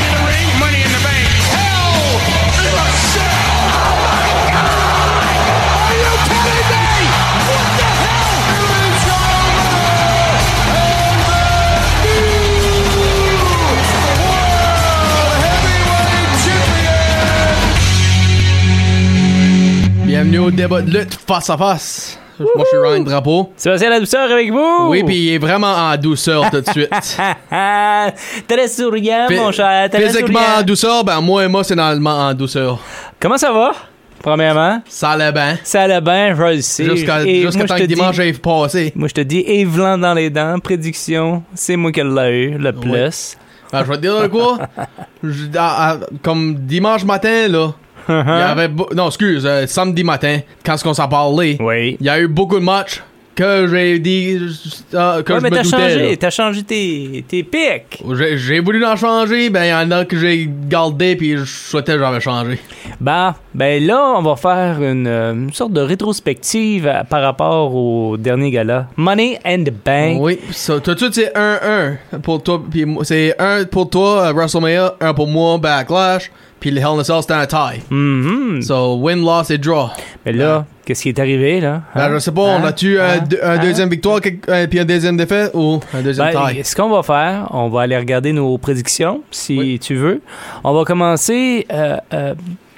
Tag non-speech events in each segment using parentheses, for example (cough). of the Ring, Money in the Bank. Hell in a Cell. Oh Are you kidding me? What the hell? Bienvenue au débat de lutte face à face. Moi, je suis Ryan Drapeau. Sébastien La Douceur avec vous. Ah, Oui, puis il est vraiment en douceur tout de (laughs) suite. Très souriant, Phy- mon cher. Très Physiquement souriant. en douceur, ben moi et moi, c'est normalement en douceur. Comment ça va? Premièrement, Ça allait bien. ça allait bien, je le sais. Jusqu'à Et jusqu'à moi, temps je que te dis- dimanche ait passé. Moi, je te dis, Evelyn dans les dents, prédiction, c'est moi qui l'ai eu le plus. Ben, je vais te dire de quoi. Je- à- à- comme dimanche matin, là, il Uh-huh. y avait. beau- Non, excuse, euh, samedi matin, quand ce qu'on s'en parlait, Oui. il y a eu beaucoup de matchs que j'ai dit. euh, que Ouais, je mais me t'as doutais, là. changé, t'as changé tes, tes pics. J'ai j'ai voulu en changer, ben il y en a que j'ai gardé puis je souhaitais que j'avais changé. Bah, ben là, on va faire une, euh, une sorte de rétrospective à- par rapport au dernier gala. Money and the Bank. Oui, ça, tout de suite c'est 1-1 pour toi puis moi- c'est 1 pour toi euh, WrestleMania, 1 pour moi Backlash, puis le Hell in a Cell c'était un tie. Mhm. So win, loss et draw. Mais Ah. là, qu'est-ce qui est arrivé, là? hein? Ben, je sais pas, on a-tu un, deux- un deuxième victoire quelque- euh, puis un deuxième défaite ou un deuxième Ben, tie? ce qu'on va faire, on va aller regarder nos prédictions, si Oui. tu veux. On va commencer euh, euh,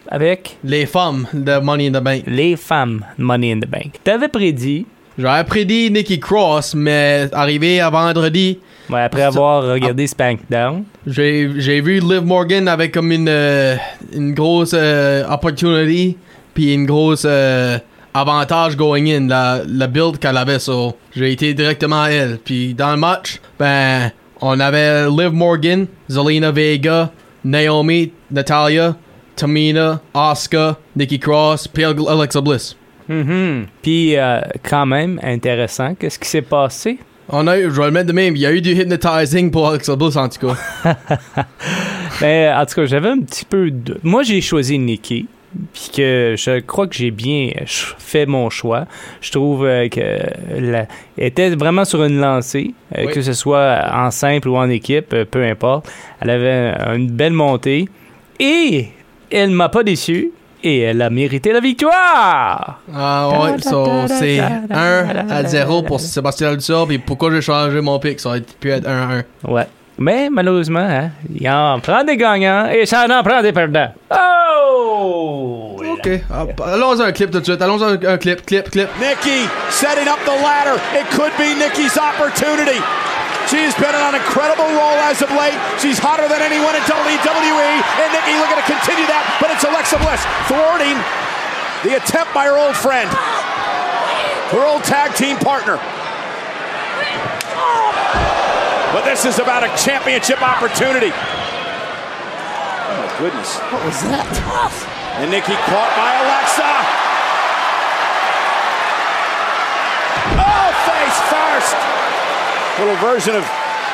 avec Les femmes de Money in the Bank. les femmes Money in the Bank. T'avais prédit, J'avais prédit Nikki Cross, mais arrivé à vendredi, ouais, après avoir Ah. regardé SmackDown, J'ai j'ai vu Liv Morgan avec comme une, euh, une grosse euh, opportunity, puis une grosse euh, avantage going in, la, la build qu'elle avait. So, j'ai été directement à elle. Puis dans le match, ben, on avait Liv Morgan, Zelina Vega, Naomi, Natalia, Tamina, Asuka, Nikki Cross, puis Alexa Bliss. puis euh, quand même intéressant, qu'est-ce qui s'est passé? On a eu, je vais le mettre de même, il y a eu du hypnotizing pour Alexa Bliss en tout cas. Ben, en tout cas, j'avais un petit peu de... Moi, j'ai choisi Nikki. Puis que je crois que j'ai bien euh, ch- fait mon choix. Je trouve euh, que la- elle était vraiment sur une lancée, euh, Oui. que ce soit en simple ou en équipe, euh, peu importe. Elle avait euh, une belle montée et elle m'a pas déçu et elle a mérité la victoire. Ah ouais, so, c'est 1 à 0 pour Sébastien Aldussard, puis pourquoi j'ai changé mon pick, ça aurait pu être 1 à 1. Ouais. Mais malheureusement, hein, il en prend des gagnants et ça en prend des perdants. Oh! Ok, hop, allons-y un clip tout de suite, allons-y un, un clip, clip, clip. Nikki setting up the ladder. It could be Nikki's opportunity. She has been on an incredible roll as of late. She's hotter than anyone in WWE. E. And Nikki looking to continue that, but it's Alexa Bliss thwarting the attempt by her old friend, her old tag team partner. But this is about a championship opportunity. Oh my Oh, goodness. What was that? And Nikki caught by Alexa. Oh, face first. Little version of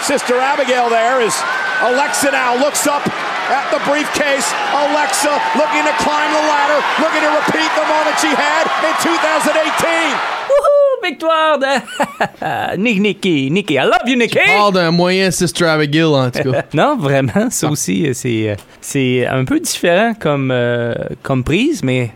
Sister Abigail there is Alexa now looks up at the briefcase. Alexa looking to climb the ladder, looking to repeat the moment she had in 2018. Wouhou! Victoire de (laughs) Nick Nicky. Nicky, I love you, Nicky! Parle d'un moyen Sister Abigail en tout cas. Non, vraiment, ça aussi, euh, c'est, euh, c'est un peu différent comme, euh, comme prise, mais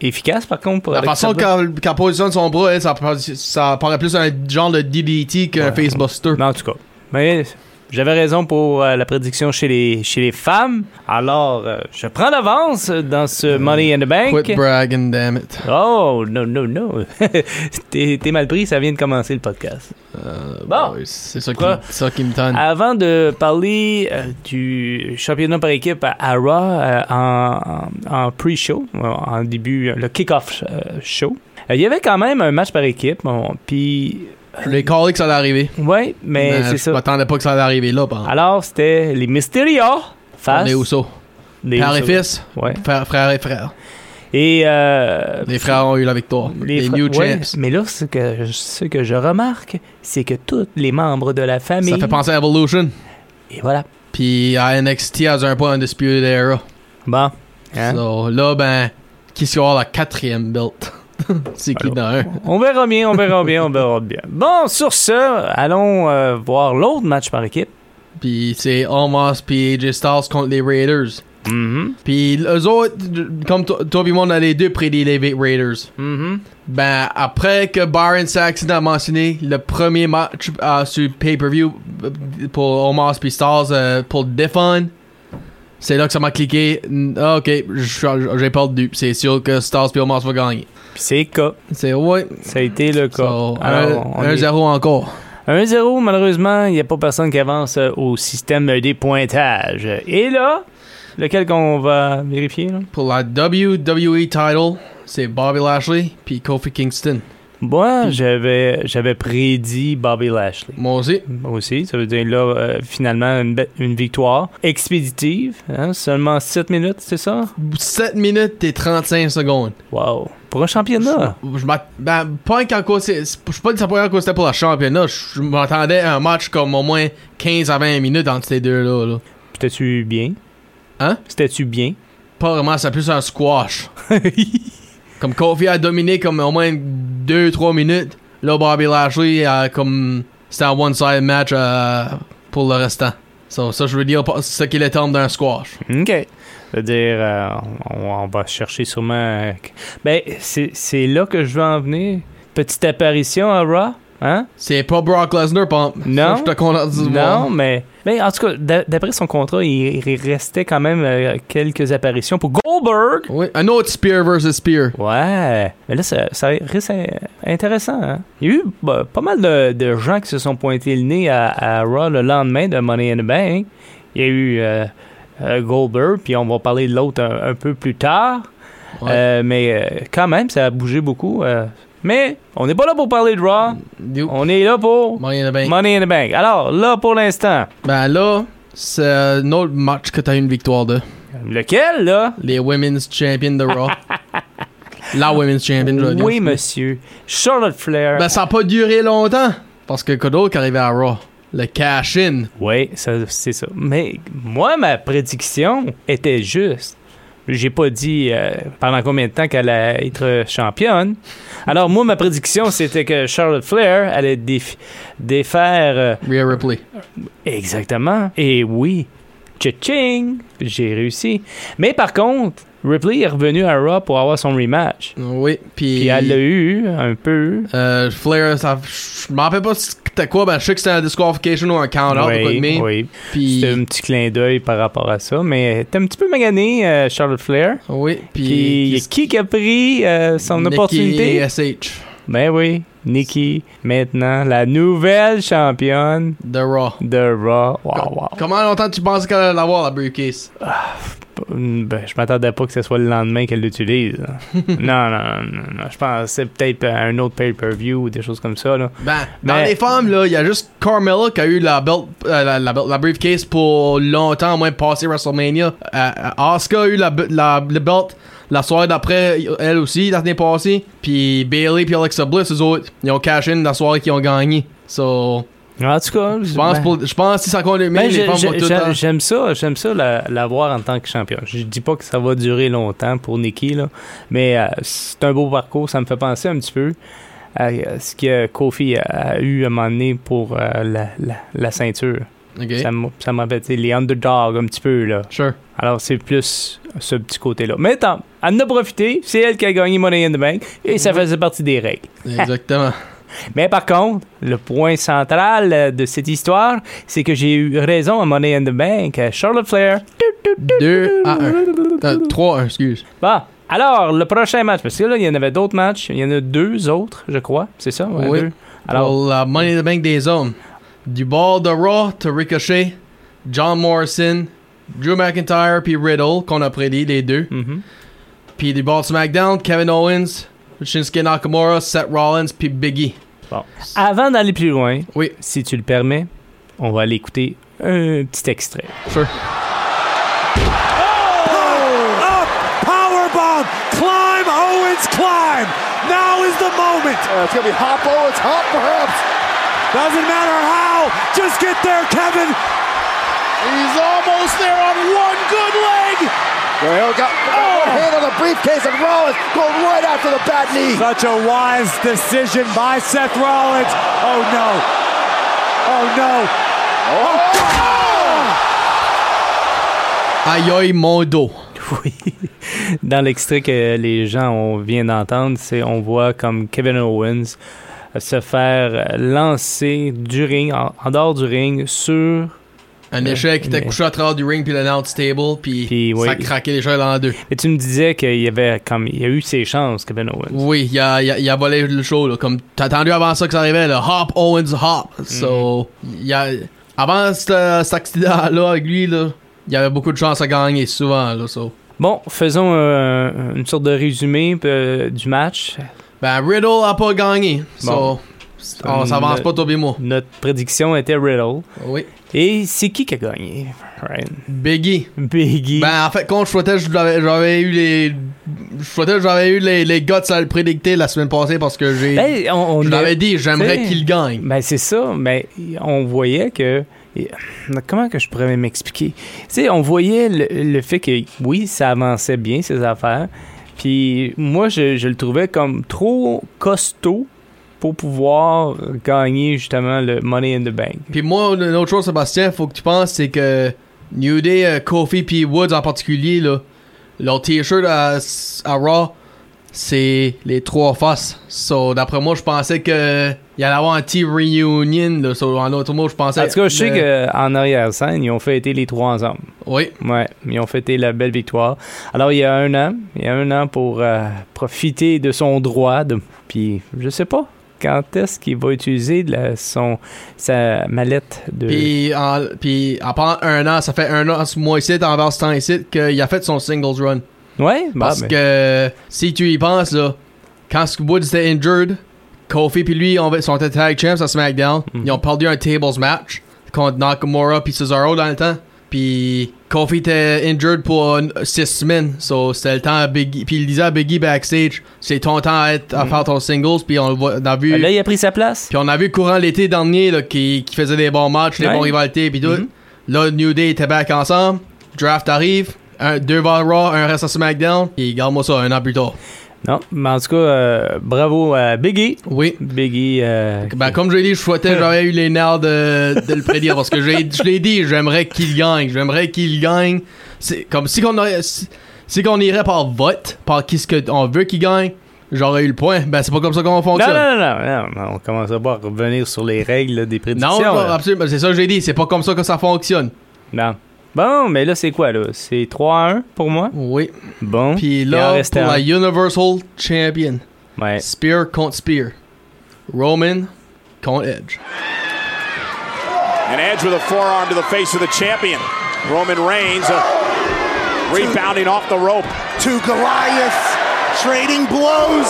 efficace par contre. Pour La Alexa façon Bliss. qu'elle qu'elle positionne son bras, elle, ça, par- ça paraît plus un genre de DDT qu'un facebuster. Non, en tout cas. Mais j'avais raison pour euh, la prédiction chez les, chez les femmes. Alors, euh, je prends l'avance dans ce Money in the Bank. Euh, Quit bragging, damn it. Oh, non, non, non. (laughs) t'es, t'es mal pris, ça vient de commencer le podcast. Euh, bon. Ouais, C'est ça, qui- Pourquoi? ça qui me tente. Avant de parler euh, du championnat par équipe à, à Raw euh, en, en- en pre-show, euh, en début, euh, le kick-off euh, show, euh, il y avait quand même un match par équipe. bon, Puis, Je l'ai callé que ça allait arriver. ouais, mais Mais c'est Ben, je ça. m'attendais pas que ça allait arriver là, par Alors, c'était les Mysterio face Les Usos. des Père et Usos. fils, Ouais. frère, frère et frère. Et euh, Les frères ont eu la victoire. Les, fra- New ouais, Champs. Mais là, ce que, ce que je remarque, c'est que tous les membres de la famille Ça fait penser à Evolution. Et voilà. Puis à NXT, elle a un point Undisputed Era. Bon. Hein? So, là, ben, qui sera la quatrième belt? (laughs) C'est qui dans un? On verra bien, on verra bien, on verra bien. Bon, sur ce, allons euh, voir l'autre match par équipe. Puis c'est Omos puis AJ Styles contre les Raiders. Puis eux autres, comme to- toi et moi, on a les deux prédit les Ra- Raiders. Ben, après que Byron Saxon a mentionné le premier match euh, sur pay-per-view euh, pour Omos puis Styles euh, pour défendre, c'est là que ça m'a cliqué. Mm, ah, Ok, je- j'ai perdu. C'est sûr que Styles puis Omos va gagner. Puis c'est le cas. C'est ouais. Ça a été le cas. So, Alors, un- on est- 1-0 encore. 1-0, malheureusement, il n'y a pas personne qui avance euh, au système euh, des pointages. Et là, lequel qu'on va vérifier? Là? Pour la WWE title, c'est Bobby Lashley puis Kofi Kingston. Moi, j'avais, j'avais prédit Bobby Lashley. Moi aussi. Aussi, ça veut dire là, euh, finalement, une, be- une victoire expéditive. hein, seulement 7 minutes, c'est ça? 7 minutes et 35 secondes. Wow. Pour un championnat. Je m'att- ben, pas qu'en cause, c'est- c'est- je suis pas dit ça pour rien que c'était pour la championnat. Je m'attendais à un match comme au moins 15 à 20 minutes entre ces deux-là. là. C'était-tu bien? Hein? C'était-tu bien? Pas vraiment, c'est plus un (laughs) squash. comme Kofi a dominé comme au moins 2-3 minutes. Là, Bobby Lashley, a comme c'était un one-side match euh, pour le restant. So, ça, je veux dire, pas- c'est qu'il est tombé d'un squash. OK. C'est-à-dire, euh, on, on va chercher sûrement. euh, qu- ben, c'est c'est là que je veux en venir. Petite apparition à Raw, hein? C'est pas Brock Lesnar, pas. Non. Ça, je te contente du Non, mais. Mais en tout cas, d'a- d'après son contrat, il, il restait quand même euh, quelques apparitions pour Goldberg. Oui, un autre Spear versus Spear. Ouais. Mais là, ça, ça risque d'être intéressant, hein? Il y a eu bah, pas mal de, de gens qui se sont pointés le nez à, à Raw le lendemain de Money in the Bank. Il y a eu euh, euh, Goldberg, puis on va parler de l'autre un- un peu plus tard. Ouais. Euh, mais euh, quand même, ça a bougé beaucoup. euh. mais on n'est pas là pour parler de Raw. Dude, On est là pour Money in the Bank. Money in the Bank. Alors, là, pour l'instant, Ben là, c'est un autre match que t'as une victoire de. lequel, là? Les Women's Champion de (laughs) Raw. La Women's Champion, je veux dire. Oui, monsieur. Charlotte Flair. Ben ça a pas duré longtemps. Parce que Kodo qui arrivait à Raw. Le cash-in. Oui, ça, c'est ça. Mais moi, ma prédiction était juste. J'ai pas dit euh, pendant combien de temps qu'elle allait être championne. Alors, moi, ma prédiction, c'était que Charlotte Flair allait défi- défaire euh, Rhea Ripley. Exactement. Et oui. Cha-ching! J'ai réussi. Mais par contre, Ripley est revenu à Raw pour avoir son rematch. Oui, Puis puis elle l'a eu un peu. euh, Flair, ça, je m'en rappelle pas c'était quoi. Ben je sais que c'était un disqualification ou un count-out ou quoi de oui, même. oui. Puis, C'était un petit clin d'œil par rapport à ça. Mais elle était un petit peu maganée, euh, Charlotte Flair. oui, puis Puis qui qui a pris euh, son Nikki opportunité? SH Ben oui, Nikki, maintenant la nouvelle championne de Raw. de Raw. Wow, wow. Comment longtemps tu pensais qu'elle allait l'avoir la briefcase? Ben, je m'attendais pas que ce soit le lendemain qu'elle l'utilise. là. (laughs) non, non, non, non, non. Je pensais peut-être à un autre pay-per-view ou des choses comme ça. Là. Ben, dans Mais- les femmes, là, il y a juste Carmella qui a eu la belt, euh, la, la belt- la briefcase pour longtemps, au moins passé WrestleMania. Euh, Asuka a eu la, be- la, le belt la soirée d'après, elle aussi, l'année passée. Puis Bailey puis Alexa Bliss, eux autres, ils ont cash in la soirée qu'ils ont gagné. So, En tout cas, je je pense, ben- pour- je pense que si ça compte le ben, mille, les j'ai- femmes vont j'ai- tout le j'ai- temps. J'aime ça, j'aime ça la, la voir en tant que champion. Je dis pas que ça va durer longtemps pour Nikki, là, mais euh, c'est un beau parcours. Ça me fait penser un petit peu à euh, ce que Kofi a, a eu à un moment donné pour euh, la, la- la ceinture. Ok, Ça m'a- Ça m'a fait tu sais, les underdogs un petit peu. là. sure. Alors, c'est plus ce petit côté-là. Mais attends, elle en a profité. C'est elle qui a gagné Money in the Bank. Et ça faisait partie des règles. Exactement. Mais par contre, le point central euh, de cette histoire, c'est que j'ai eu raison à Money in the Bank. euh, Charlotte Flair. 2 à 1. 3 à 1, excuse. Bon. Alors, le prochain match, parce que là, il y en avait d'autres matchs. Il y en a deux autres, je crois. C'est ça? ouais, Oui. deux. Alors, Alors, la Money in the Bank des hommes. Du bord de Raw, to Ricochet, John Morrison, Drew McIntyre puis Riddle, qu'on a prédit les deux. mhm. Puis du bord de SmackDown, Kevin Owens, Shinsuke Nakamura, Seth Rollins puis E. Biggie. avant d'aller plus loin, Oui. si tu le permets, on va aller écouter un petit extrait. (laughs) Sure. Up, powerbomb, climb, Owens, climb. Now is the moment. Uh, it's gonna be hop Owens, hop perhaps. Doesn't matter how. Just get there, Kevin. He's almost there on one good leg. Guerrero got oh. one hand on the briefcase, and Rollins going right after the bad knee. Such a wise decision by Seth Rollins. Oh no. Oh no. Oh, God. Aïe aïe, mon dos. Oui. Dans l'extrait que les gens on vient d'entendre, c'est on voit comme Kevin Owens se faire lancer du ring, en, en dehors du ring, sur. Un échec qui était Euh, mais- couché à travers du ring puis l'announce table puis, Puis, oui. ça a craqué l'échelle en deux. Mais tu me disais qu'il y avait comme il y a eu ses chances, Kevin Owens. Oui, il a, il a- il a volé le show. Là. Comme t'as attendu avant ça que ça arrivait, le Hop Owens Mhm. Hop. So, il a, avant cet, euh, cet accident-là avec lui, là, il y avait beaucoup de chances à gagner souvent. Là, so. Bon, faisons euh, une sorte de résumé euh, du match. Ben, Riddle a pas gagné. Bon. So, on s'avance Le- pas, toi et moi. Notre prédiction était Riddle. Oui. Et c'est qui qui a gagné? Ryan? Biggie. Biggie. Ben, en fait, quand je souhaitais, je l'avais- j'avais eu les. Je souhaitais, que j'avais eu les, les guts à le prédicter la semaine passée parce que j'ai. Ben, on, on je a- l'avais dit, j'aimerais t'sais, qu'il gagne. Ben, c'est ça, mais on voyait que. Comment que je pourrais m'expliquer? Tu sais, on voyait le, le fait que, oui, ça avançait bien, ces affaires. Puis moi, je, je le trouvais comme trop costaud pour pouvoir gagner justement le Money in the Bank. Puis moi, une autre chose, Sébastien, faut que tu penses, c'est que New Day, euh, Kofi puis Woods en particulier, là, leur t-shirt à, à Raw, c'est les trois faces. So, d'après moi, je pensais que il y allait avoir un petit reunion. Là, so, en d'autres mots, je pensais. En tout cas, je sais le- qu'en arrière-scène, ils ont fêté les trois hommes. Oui. Ouais, ils ont fêté la belle victoire. Alors, il y a un an, il y a un an pour euh, profiter de son droit. De... Puis, je sais pas quand est-ce qu'il va utiliser de la- son, sa mallette de. Puis en, puis en pendant un an, ça fait un an, ce mois ici, envers ce temps ici, qu'il a fait son singles run. Ouais, (laughs) bah, Parce ben, que si tu y penses, là, quand Woods était injured, Kofi puis lui ont- sont été tag champs à SmackDown. Mhm. Ils ont perdu un tables match contre Nakamura puis Cesaro dans le temps. Puis Kofi était injured pour 6 semaines. So c'était le temps à Biggie. Puis il disait à Biggie backstage, c'est ton temps à, être, à faire ton singles. Puis on, le voit- on a vu. Mhm. ben, Là, il a pris sa place. Puis on a vu courant l'été dernier là, qui, qui faisait des bons matchs, des Ouais. bons rivalités puis tout. Mhm. Là, New Day était back ensemble. Draft arrive. Un, deux vers Raw, un reste à SmackDown. Et garde-moi ça un an plus tard. Non, mais en tout cas, euh, bravo à Biggie. Oui. Biggie. euh, Ben, comme je l'ai dit, je (laughs) souhaitais, j'avais eu les nerfs de, de le prédire parce que j'ai- je l'ai dit, j'aimerais qu'il gagne. J'aimerais qu'il gagne. C'est comme si qu'on aurait. Si, si qu'on irait par vote, par qui ce qu'on veut qu'il gagne, j'aurais eu le point. Ben, c'est pas comme ça qu'on non, fonctionne. non, non, non, non, on commence à pas à revenir sur les règles des Non, prédictions. non, là. absolument. Ben, C'est ça que j'ai dit. C'est pas comme ça que ça fonctionne. non. Bon, mais là, c'est quoi, là? C'est 3-1 pour moi. Oui. Bon. Puis Hein? Il là, en pour restait la un. Universal Champion, Ouais. Spear contre Spear. Roman contre Edge. And Edge with a forearm to the face of the champion. Roman Reigns uh, rebounding off the rope. Two Goliaths trading blows.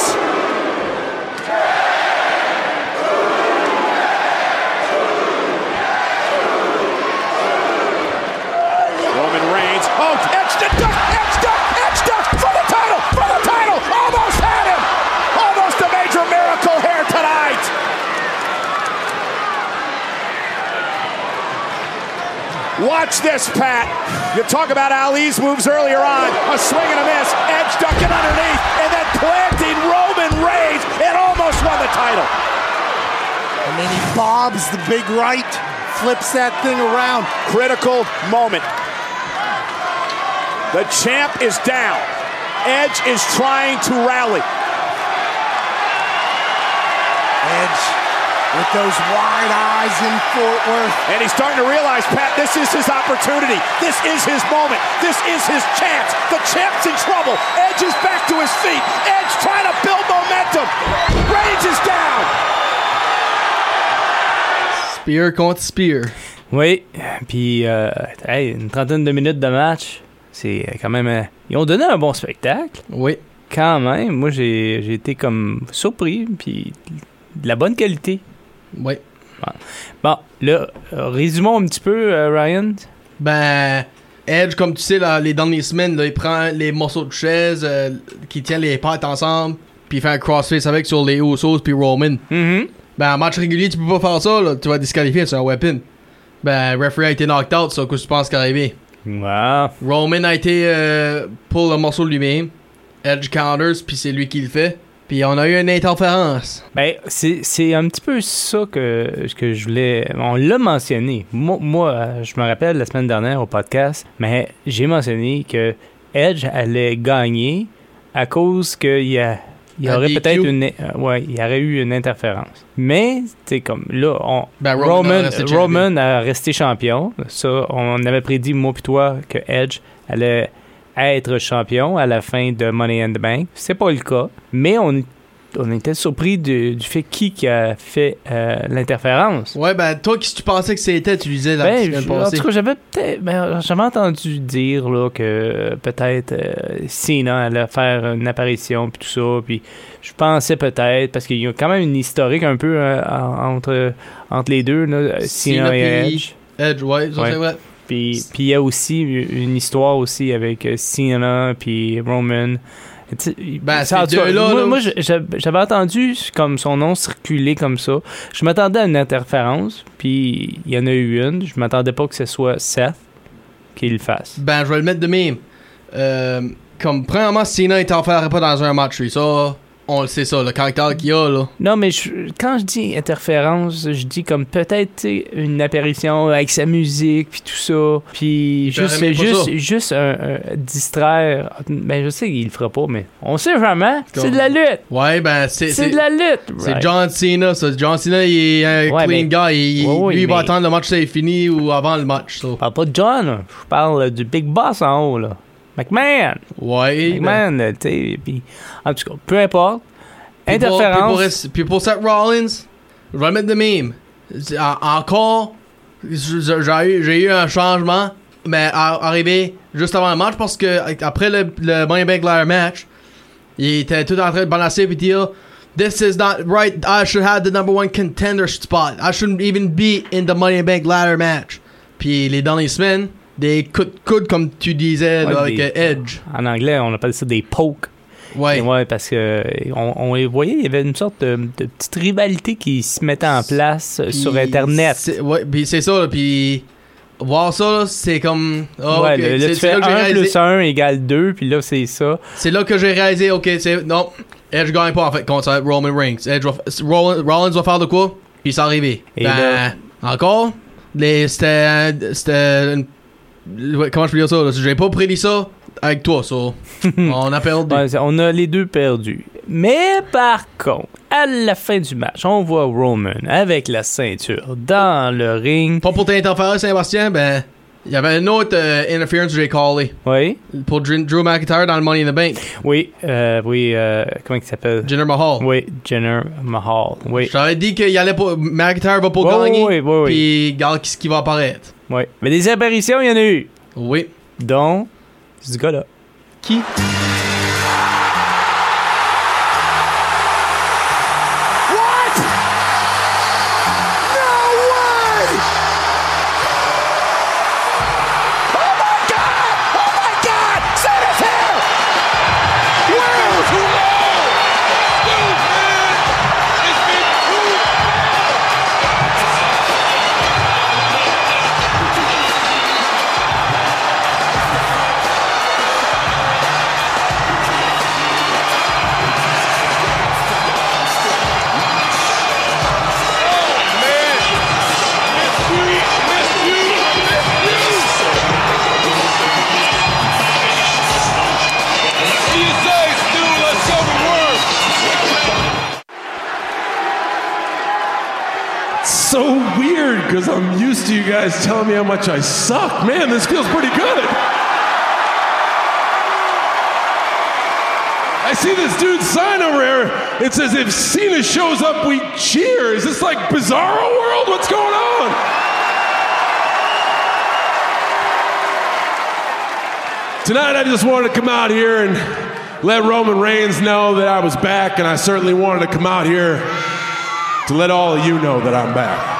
Roman Reigns. Oh, Edge to duck, Edge duck, Edge duck for the title, for the title. Almost had him. Almost a major miracle here tonight. Watch this, Pat. You talk about Ali's moves earlier on. A swing and a miss. Edge ducking underneath and then planting Roman Reigns. It almost won the title. And then he bobs the big right, flips that thing around. critical moment. The champ is down. Edge is trying to rally. Edge with those wide eyes in Fort Worth. And he's starting to realize, Pat, this is his opportunity. This is his moment. This is his chance. The champ's in trouble. Edge is back to his feet. Edge trying to build momentum. Reigns is down. Spear contre Spear. Oui, puis euh, hey, une trentaine de minutes de match, c'est quand même... euh, ils ont donné un bon spectacle, Oui. quand même. Moi, j'ai j'ai été comme surpris, puis de la bonne qualité. Oui. Bon, là, euh, résumons un petit peu, euh, Ryan. Ben, Edge, comme tu sais, là, les dernières semaines, là, il prend les morceaux de chaise euh, qui tiennent les pattes ensemble. Puis il fait un crossface avec sur les Usos puis Roman. Ben, en match régulier, tu peux pas faire ça. Là. Tu vas disqualifier, c'est un weapon. Ben, referee a été knocked out, ça, qu'est-ce que tu penses qui est arrivé? Wow. Roman a été euh, pour le morceau lui-même. Edge counters, puis c'est lui qui le fait. Puis on a eu une interférence. Ben, c'est c'est un petit peu ça que, que je voulais. On l'a mentionné. Moi, moi, je me rappelle la semaine dernière au podcast, mais j'ai mentionné que Edge allait gagner à cause qu'il y a. Il y Un aurait DQ. peut-être une, euh, ouais, il y aurait eu une interférence. Mais, c'est comme là, on, Ben, Roman Roman, a resté champion. Roman a resté champion. Ça, on avait prédit, moi puis toi, que Edge allait être champion à la fin de Money and the Bank. C'est pas le cas, mais on, on était surpris du, du fait qui qui a fait euh, l'interférence. Ouais, ben, toi, qui tu pensais que c'était, tu disais dans Ben, la semaine je- en passée. tout cas, j'avais peut-être, ben, j'avais entendu dire là, que euh, peut-être euh, Cena allait faire une apparition puis tout ça, puis je pensais peut-être parce qu'il y a quand même une historique un peu euh, en- entre entre les deux, là, euh, Cena Cena et puis Edge. Edge, ouais, ça Ouais. c'est vrai. Puis puis il y a aussi une histoire aussi avec euh, Cena puis Roman. Tu sais, Ben, ça, ces en tout cas, deux-là, moi, là- moi, je- j'avais j'avais entendu comme son nom circuler comme ça. Je m'attendais à une interférence, puis il y en a eu une. Je m'attendais pas que ce soit Seth qui le fasse. Ben, je vais le mettre de même. Euh, comme, premièrement, Cena interférerait pas dans un match, lui. Ça, on le sait, ça, le caractère qu'il a, là. Non, mais je- quand je dis interférence, je dis comme peut-être tu sais, une apparition avec sa musique, puis tout ça. Puis juste, aimé pas juste, ça. juste un, un- distraire. Ben, je sais qu'il le fera pas, mais on sait vraiment. C'est de la lutte. Ouais, ben, c'est. C'est c'est- de la lutte. C'est right. John Cena, ça. John Cena, il est un Ouais, clean mais- guy. Il- Ouais, ouais, lui, il va mais- attendre le match c'est fini ou avant le match, ça. Je parle pas de John, là. je parle euh, du big boss en haut, là. McMahon! Ouais. ben, McMahon, euh, tu sais, puis- En tout cas, peu importe. puis pour- Puis pour, Interférence. puis pour, Seth Rollins, je vais le mettre de même. C'est- en- Encore, je- je- j'ai eu, j'ai eu un changement, mais à- arrivé juste avant le match parce que après le, le Money Bank Liar match, il était tout en train de balancer et dire. This is not right. I should have the number one contender spot. I shouldn't even be in the Money in the Bank ladder match. Puis les dernières semaines, des coups de coude comme tu disais Ouais, là, avec des- euh, Edge. En anglais, on appelle ça des pokes. Ouais. Et ouais, parce que euh, on, on les voyait, il y avait une sorte de, de petite rivalité qui se mettait en place euh, Puis sur Internet. c'est- Ouais, puis c'est ça. là, Puis voir ça, là, c'est comme. ah, ouais, ok, là, là, c'est- tu c'est fais là que j'ai 1 réalisé- plus 1 égale 2, puis là, c'est ça. C'est là que j'ai réalisé, ok, c'est. Non, Edge gagne pas en fait contre Roman Reigns. Edge va, f- Rollins, Rollins va faire de quoi Puis c'est arrivé. Et ben, encore les- C'était. C'était. une- ouais, Comment je peux dire ça là? J'ai pas prédit ça avec toi, ça. (laughs) On a perdu. Ouais, c'est- on a les deux perdus. Mais par contre, à la fin du match, on voit Roman avec la ceinture dans le ring. Pas pour t'interférer, Saint-Bastien, ben. Il y avait une autre euh, interference que j'ai callé Oui, pour Dr- Drew McIntyre dans le Money in the Bank. oui, euh, oui, euh, comment il s'appelle? Jinder Mahal. Oui, Jenner Mahal. Oui, Je t'avais dit qu'il allait pas. McIntyre va pas Ouais, gagner. ouais, ouais, ouais, ouais. Puis regarde ce qui va apparaître. oui. Mais des apparitions, il y en a eu. Oui. Donc, ce gars-là. Qui? What? No way! Oh my God! Oh my God! Cena's here! Wow! So weird because I'm used to you guys telling me how much I suck. Man, this feels pretty good. I see this dude's sign over here. It says, if Cena shows up, we cheer. Is this like Bizarro World? What's going on? Tonight, I just wanted to come out here and let Roman Reigns know that I was back, and I certainly wanted to come out here to let all of you know that I'm back.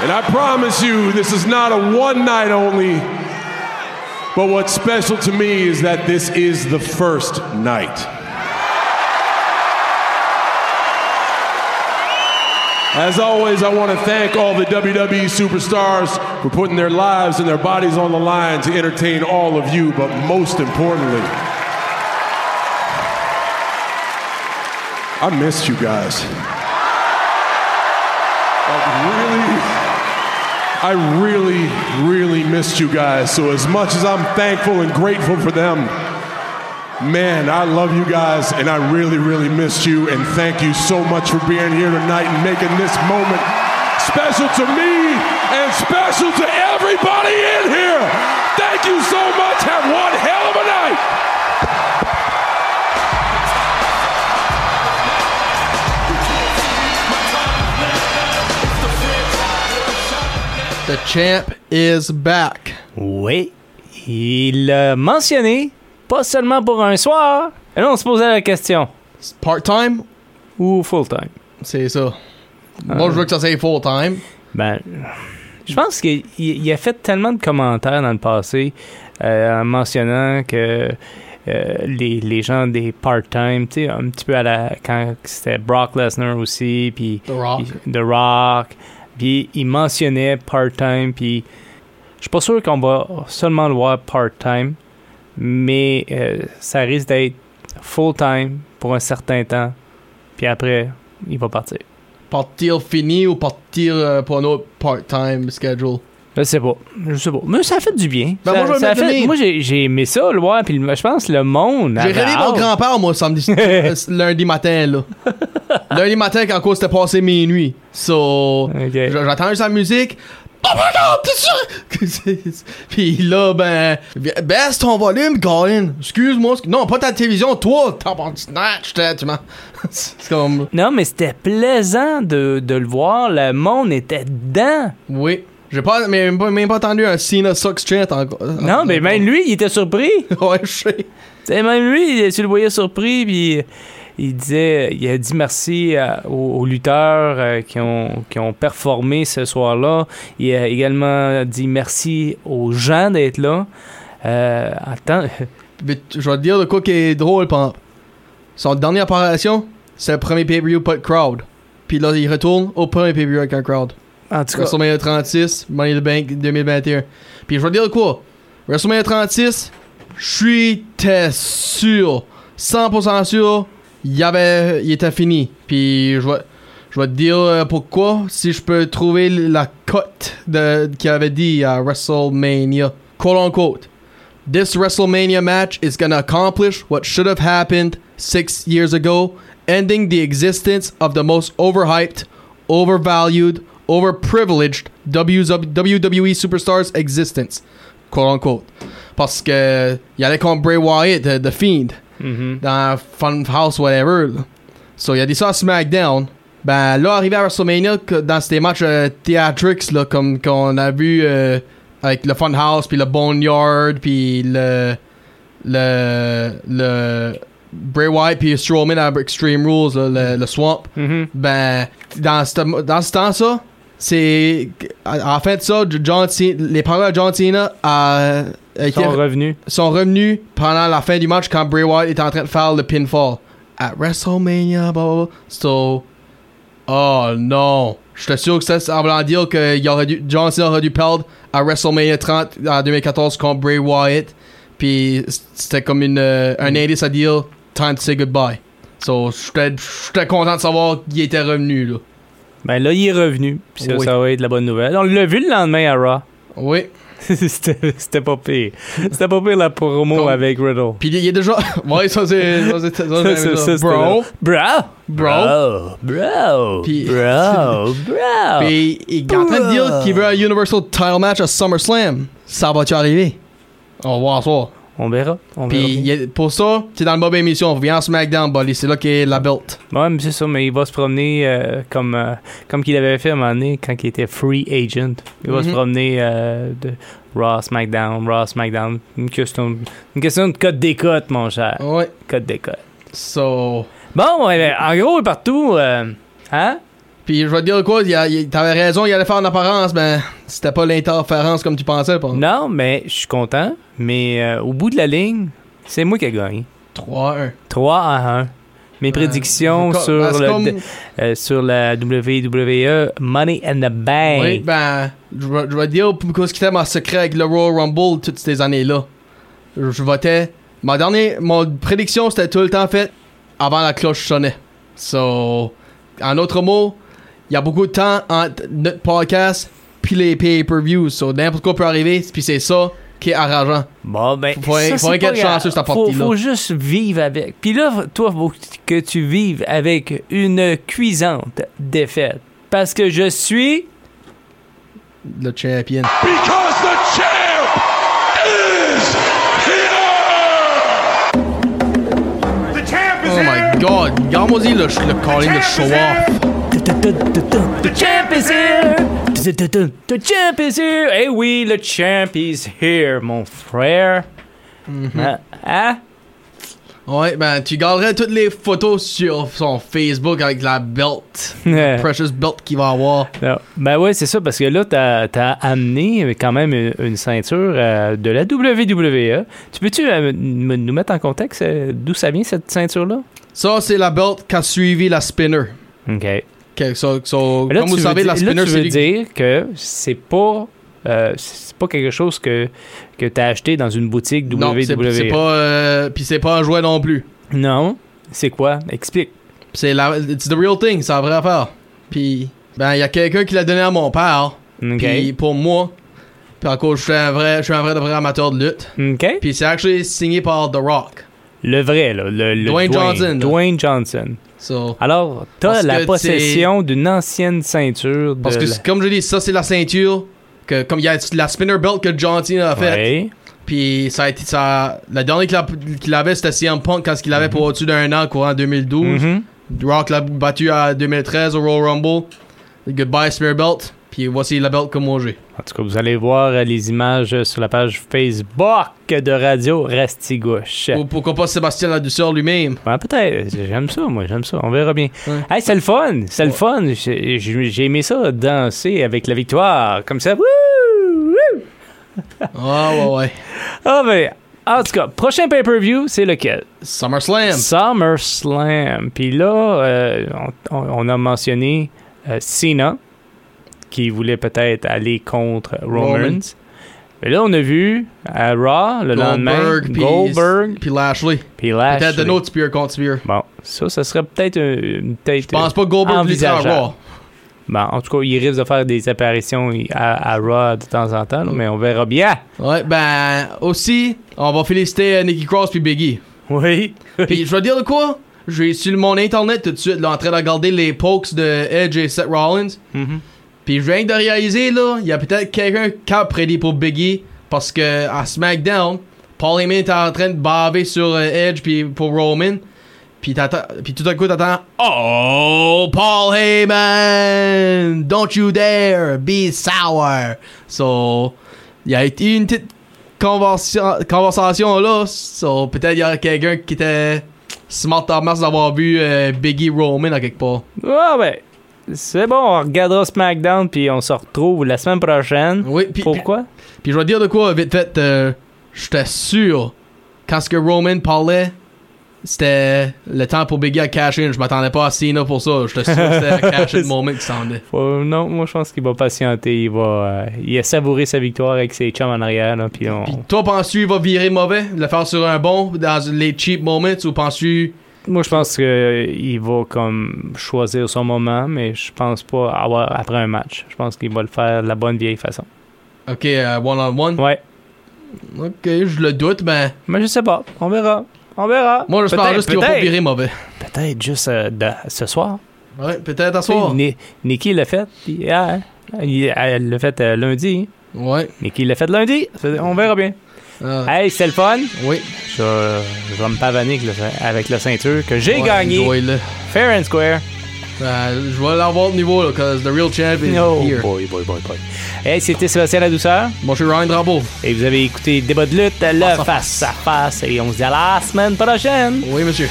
And I promise you, this is not a one night only, but what's special to me is that this is the first night. As always, I want to thank all the WWE superstars for putting their lives and their bodies on the line to entertain all of you, but most importantly, I miss you guys. I really, I really, really missed you guys. So, as much as I'm thankful and grateful for them, man, I love you guys and I really, really missed you. And thank you so much for being here tonight and making this moment special to me and special to everybody in here. Thank you so much. Have one hell of a night. The champ is back. Oui. Il l'a mentionné, pas seulement pour un soir. Et là, on se posait la question. Part-time, Ou full-time? c'est ça. Euh. Moi, je veux que ça soit full-time. Ben, je pense qu'il il- il a fait tellement de commentaires dans le passé euh, en mentionnant que euh, les, les gens des part-time, tu sais, un petit peu à la. quand c'était Brock Lesnar aussi, puis. The Rock. puis The Rock. Puis il mentionnait part-time, puis. Je suis pas sûr qu'on va seulement le voir part-time, mais euh, ça risque d'être full-time pour un certain temps, puis après, il va partir. Partir fini ou partir euh, pour un autre part-time schedule. Je sais pas. Je sais pas. Mais ça fait du bien. Ben, Ça- moi, je vais ça me le fait- donner. moi, j'ai j'ai aimé ça, le voir. Puis le- je pense que le monde. J'ai avait rêvé mon Ben, hâte. grand-père, moi, samedi, (laughs) euh, lundi matin, là. lundi matin, quand quoi, c'était passé minuit. So, Ok. j- j'attends sa musique. Oh my god, t'es sûr? (laughs) Puis là, ben, baisse ton volume, Colin. Excuse-moi. excu- Non, pas ta télévision, toi, t'en penses snatch, t'es- tu m'en- (laughs) C'est comme. Non, mais c'était plaisant de, de le voir. Le monde était dedans. Oui. J'ai pas, mais même pas, même pas entendu un Cena Sucks chant encore. Non, mais même lui, il était surpris. (laughs) Ouais, je sais. Tu sais, même lui, il- tu le voyais surpris, puis il disait, il a dit merci à- aux, aux lutteurs euh, qui, ont, qui ont performé ce soir-là. Il a également dit merci aux gens d'être là. Euh, attends, Mais tu- je vais te dire de quoi qui est drôle, Pamp. Son dernière apparition, c'est le premier pay-per-view pas de crowd. Puis là, il retourne au premier pay-per-view avec un crowd. (laughs) en tout cas, WrestleMania 36, Money in the Bank 2021. Puis je vais te dire de quoi. WrestleMania 36, je suis t'es sûr, 100% sûr, il y avait, il était fini. Puis je vais, je vais te dire euh, pourquoi, si je peux trouver la cote de- qu'il avait dit à WrestleMania. Quote unquote. This WrestleMania match is gonna accomplish what should have happened six years ago, ending the existence of the most overhyped, overvalued, overprivileged E WWE superstars existence, quote unquote. Parce que il allait contre Bray Wyatt, The, The Fiend, dans Funhouse, whatever. là. So il a dit ça à SmackDown. Ben là, arrivé à WrestleMania, que- dans ces matchs euh, theatrics, là, comme qu'on a vu euh, avec le Funhouse, puis le Boneyard, puis le. le. le. Bray Wyatt, puis Strowman à Extreme Rules, là, le, le Swamp. Ben, dans ce, dans ce temps-ça, c'est. En en fait, ça, John Cena- les paroles de John Cena a, a ils été sont revenus. sont revenus pendant la fin du match quand Bray Wyatt est en train de faire le pinfall. À WrestleMania, blah, blah, blah. So. Oh non. Je suis sûr que ça, ça veut dire que il aurait dû, John Cena aurait dû perdre à WrestleMania 30 en 2014 contre Bray Wyatt. Puis c'était comme une, euh, un indice à dire time to say goodbye. So, j'étais j'étais content de savoir qu'il était revenu, là. Ben là, il est revenu. Puis ça, Oui. ça va être la bonne nouvelle. On l'a vu le lendemain à Raw. (laughs) Oui. C'était c'était pas pire. C'était pas pire la promo Comme- avec Riddle. Puis il est déjà. (laughs) ouais, ça c'est. ça, c'est- ça, c'est- Ça, ça, c'était- Bro. Bro. Bro. Bro. Puis- Bro. Bro. Puis il est en train de dire qu'il veut un Universal Title Match à SummerSlam. Ça va-tu arriver? On va voir ça. On verra. On Puis il verra. est- pour ça, c'est dans le Bob émission. On revient en SmackDown, Bolly. C'est là qu'est la belt. Ouais, mais c'est ça, mais il va se promener euh, comme, euh, comme qu'il avait fait à un moment donné quand il était free agent. Il va se Mhm. promener euh, de Raw, SmackDown, Raw, SmackDown. Une question, une question de code des cotes, mon cher. Ouais. Code des cotes. So. Bon, ouais, ben, en gros, partout, euh, hein? Puis je vais te dire quoi, il y a- il- t'avais raison, il allait faire en apparence, mais c'était pas l'interférence comme tu pensais. Pas. Non, mais je suis content. Mais euh, au bout de la ligne, c'est moi qui ai gagné. 3-1. 3 à 1. mes prédictions co- sur, parce le- comme- de- euh, sur la WWE Money and the Bank. Oui, ben, je vais je vais dire pourquoi ce qui était mon secret avec le Royal Rumble toutes ces années-là. Je je votais. Ma dernière, mon prédiction, c'était tout le temps faite avant la cloche sonnait. So, en autre mot, il y a beaucoup de temps entre notre podcast puis les pay-per-views. So, n'importe quoi peut arriver, puis c'est ça qui est arrangeant. Bon, ben, Faut- ça, faut c'est être pas grave. chanceux, cette faut, partie-là. faut juste vivre avec. Puis là, toi, faut que tu vives avec une cuisante défaite. Parce que je suis... Le champion. Because the champ is here! The champ is Oh my god, regarde-moi-y le, le calling de show off. The champ is here! The champ is here! Eh oui, le champ is here, mon frère. Mm-hmm. Hein? Hein? Ouais, ben, tu garderais toutes les photos sur son Facebook avec la belt. precious belt qu'il va avoir. Non. Ben ouais, c'est ça, parce que là, t'as as amené euh, quand même une, une ceinture euh, de la WWE. Tu peux-tu euh, m- nous mettre en contexte euh, d'où ça vient, cette ceinture-là? Ça, c'est la belt qui a suivi la spinner. OK. Ok, so- so, Mais Là, comme tu vous veux savez, la dire- là, spinner, tu c'est veux lui- dire que c'est pas... euh, c'est pas quelque chose que, que tu as acheté dans une boutique E. WWE. Non, c'est c'est pas. euh, Puis c'est pas un jouet non plus. Non. C'est quoi? Explique. C'est la. It's the real thing, c'est la vraie affaire. Puis, ben, il y a quelqu'un qui l'a donné à mon père. OK. Puis pour moi, puis encore, je suis un vrai, je suis un vrai, de vrai amateur de lutte. OK. Puis c'est actually signé par The Rock. Le vrai, là. Le, le Dwayne Johnson, là. Dwayne Johnson. So. Alors, t'as Parce que la c'est- possession d'une ancienne ceinture de Parce que, la- c'est- comme je dis, ça, c'est la ceinture. Que, comme il y a la spinner belt que John Cena a faite. Ouais. Puis ça a été ça. La dernière qu'il a- qu'il avait, c'était CM Punk quand il avait pour au-dessus d'un an, courant 2012. Mhm. Rock l'a battu à 2013 au Royal Rumble. Goodbye, Spear Belt. Puis voici la belt que moi j'ai. En tout cas, vous allez voir euh, les images euh, sur la page Facebook de Radio Rastigouche. Ou pourquoi pas Sébastien Ladusseur lui-même. Ouais, Peut-être. euh, J'aime ça, moi. J'aime ça. On verra bien. Ouais. Hey, c'est le fun. C'est le fun. J'ai j'ai aimé ça, danser avec la victoire. Comme ça. Wouh! Wouh! Ah ouais, ouais. Ah, ben. En tout cas, prochain pay-per-view, c'est lequel? SummerSlam. SummerSlam. Puis là, euh, on, on- on a mentionné euh, Cena, qui voulait peut-être aller contre Romans. Roman. Mais là, on a vu à Raw le lendemain Goldberg. puis- Goldberg Puis Lashley. puis Peut-être Lashley. de autre Spear contre Spear. Bon, ça, ça serait peut-être une tête. Je pense pas que Goldberg lui à Envisageable. Raw. Bon, en tout cas, il risque de faire des apparitions à, à Raw de temps en temps, là, mais on verra bien. Ouais, ben aussi, on va féliciter euh, Nikki Cross puis Biggie. Oui. (laughs) Puis je vais dire de quoi? J'ai sur mon internet tout de suite, là, en train de regarder les pokes de Edge et Seth Rollins. Puis je viens de réaliser, là, il y a peut-être quelqu'un qui a prédit pour Biggie. Parce que à SmackDown, Paul Heyman est en train de baver sur euh, Edge puis pour Roman. Puis, t'attends- puis tout à coup, t'attends Oh, Paul Heyman! Don't you dare be sour! So, il y a été une petite conversation, conversation là. So, peut-être il y a quelqu'un qui était smart en masse d'avoir vu euh, Biggie Roman à quelque part. Ah, ben, c'est bon, on regardera SmackDown, puis on se retrouve la semaine prochaine. Oui, puis, puis, Pourquoi? puis je vais dire de quoi, vite fait, euh, j'étais sûr, quand ce que Roman parlait, c'était le temps pour Biggie à cash in. Je m'attendais pas à Cena pour ça. J'étais sûr que c'était un (laughs) cash in moment qui s'en venait. Faut- non, moi je pense qu'il va patienter, il va, euh, il a savouré sa victoire avec ses chums en arrière, là, puis on... Puis toi, penses-tu il va virer mauvais, le faire sur un bon, dans les cheap moments, ou penses-tu moi je pense qu'il va comme choisir son moment, mais je pense pas avoir après un match. Je pense qu'il va le faire de la bonne vieille façon. Ok, euh, one on one. Ouais, Ok, je le doute, mais mais je sais pas, on verra, on verra. moi j'espère Peut-être- juste qu'il va pas peut-être- virer mauvais. Peut-être juste euh, de- ce soir. Ouais, peut-être à Tu sais, soir. Ni- Nikki l'a fait hier. Il- Elle l'a fait euh, lundi. Ouais. Nikki l'a fait lundi. On verra bien. euh, Hey, c'est le fun. oui. Je, je vais me pavaner avec, le- avec la ceinture que j'ai Ouais, gagnée. enjoy-le. Fair and square. Euh, je vais l'avoir de niveau, là, cause the real champ is Oh here. boy, boy, boy, boy. Hey, c'était Sébastien La Douceur. Moi, je suis Ryan Drapeau. Et vous avez écouté Débat de lutte, le face à face. Et on se dit à la semaine prochaine. Oui, monsieur.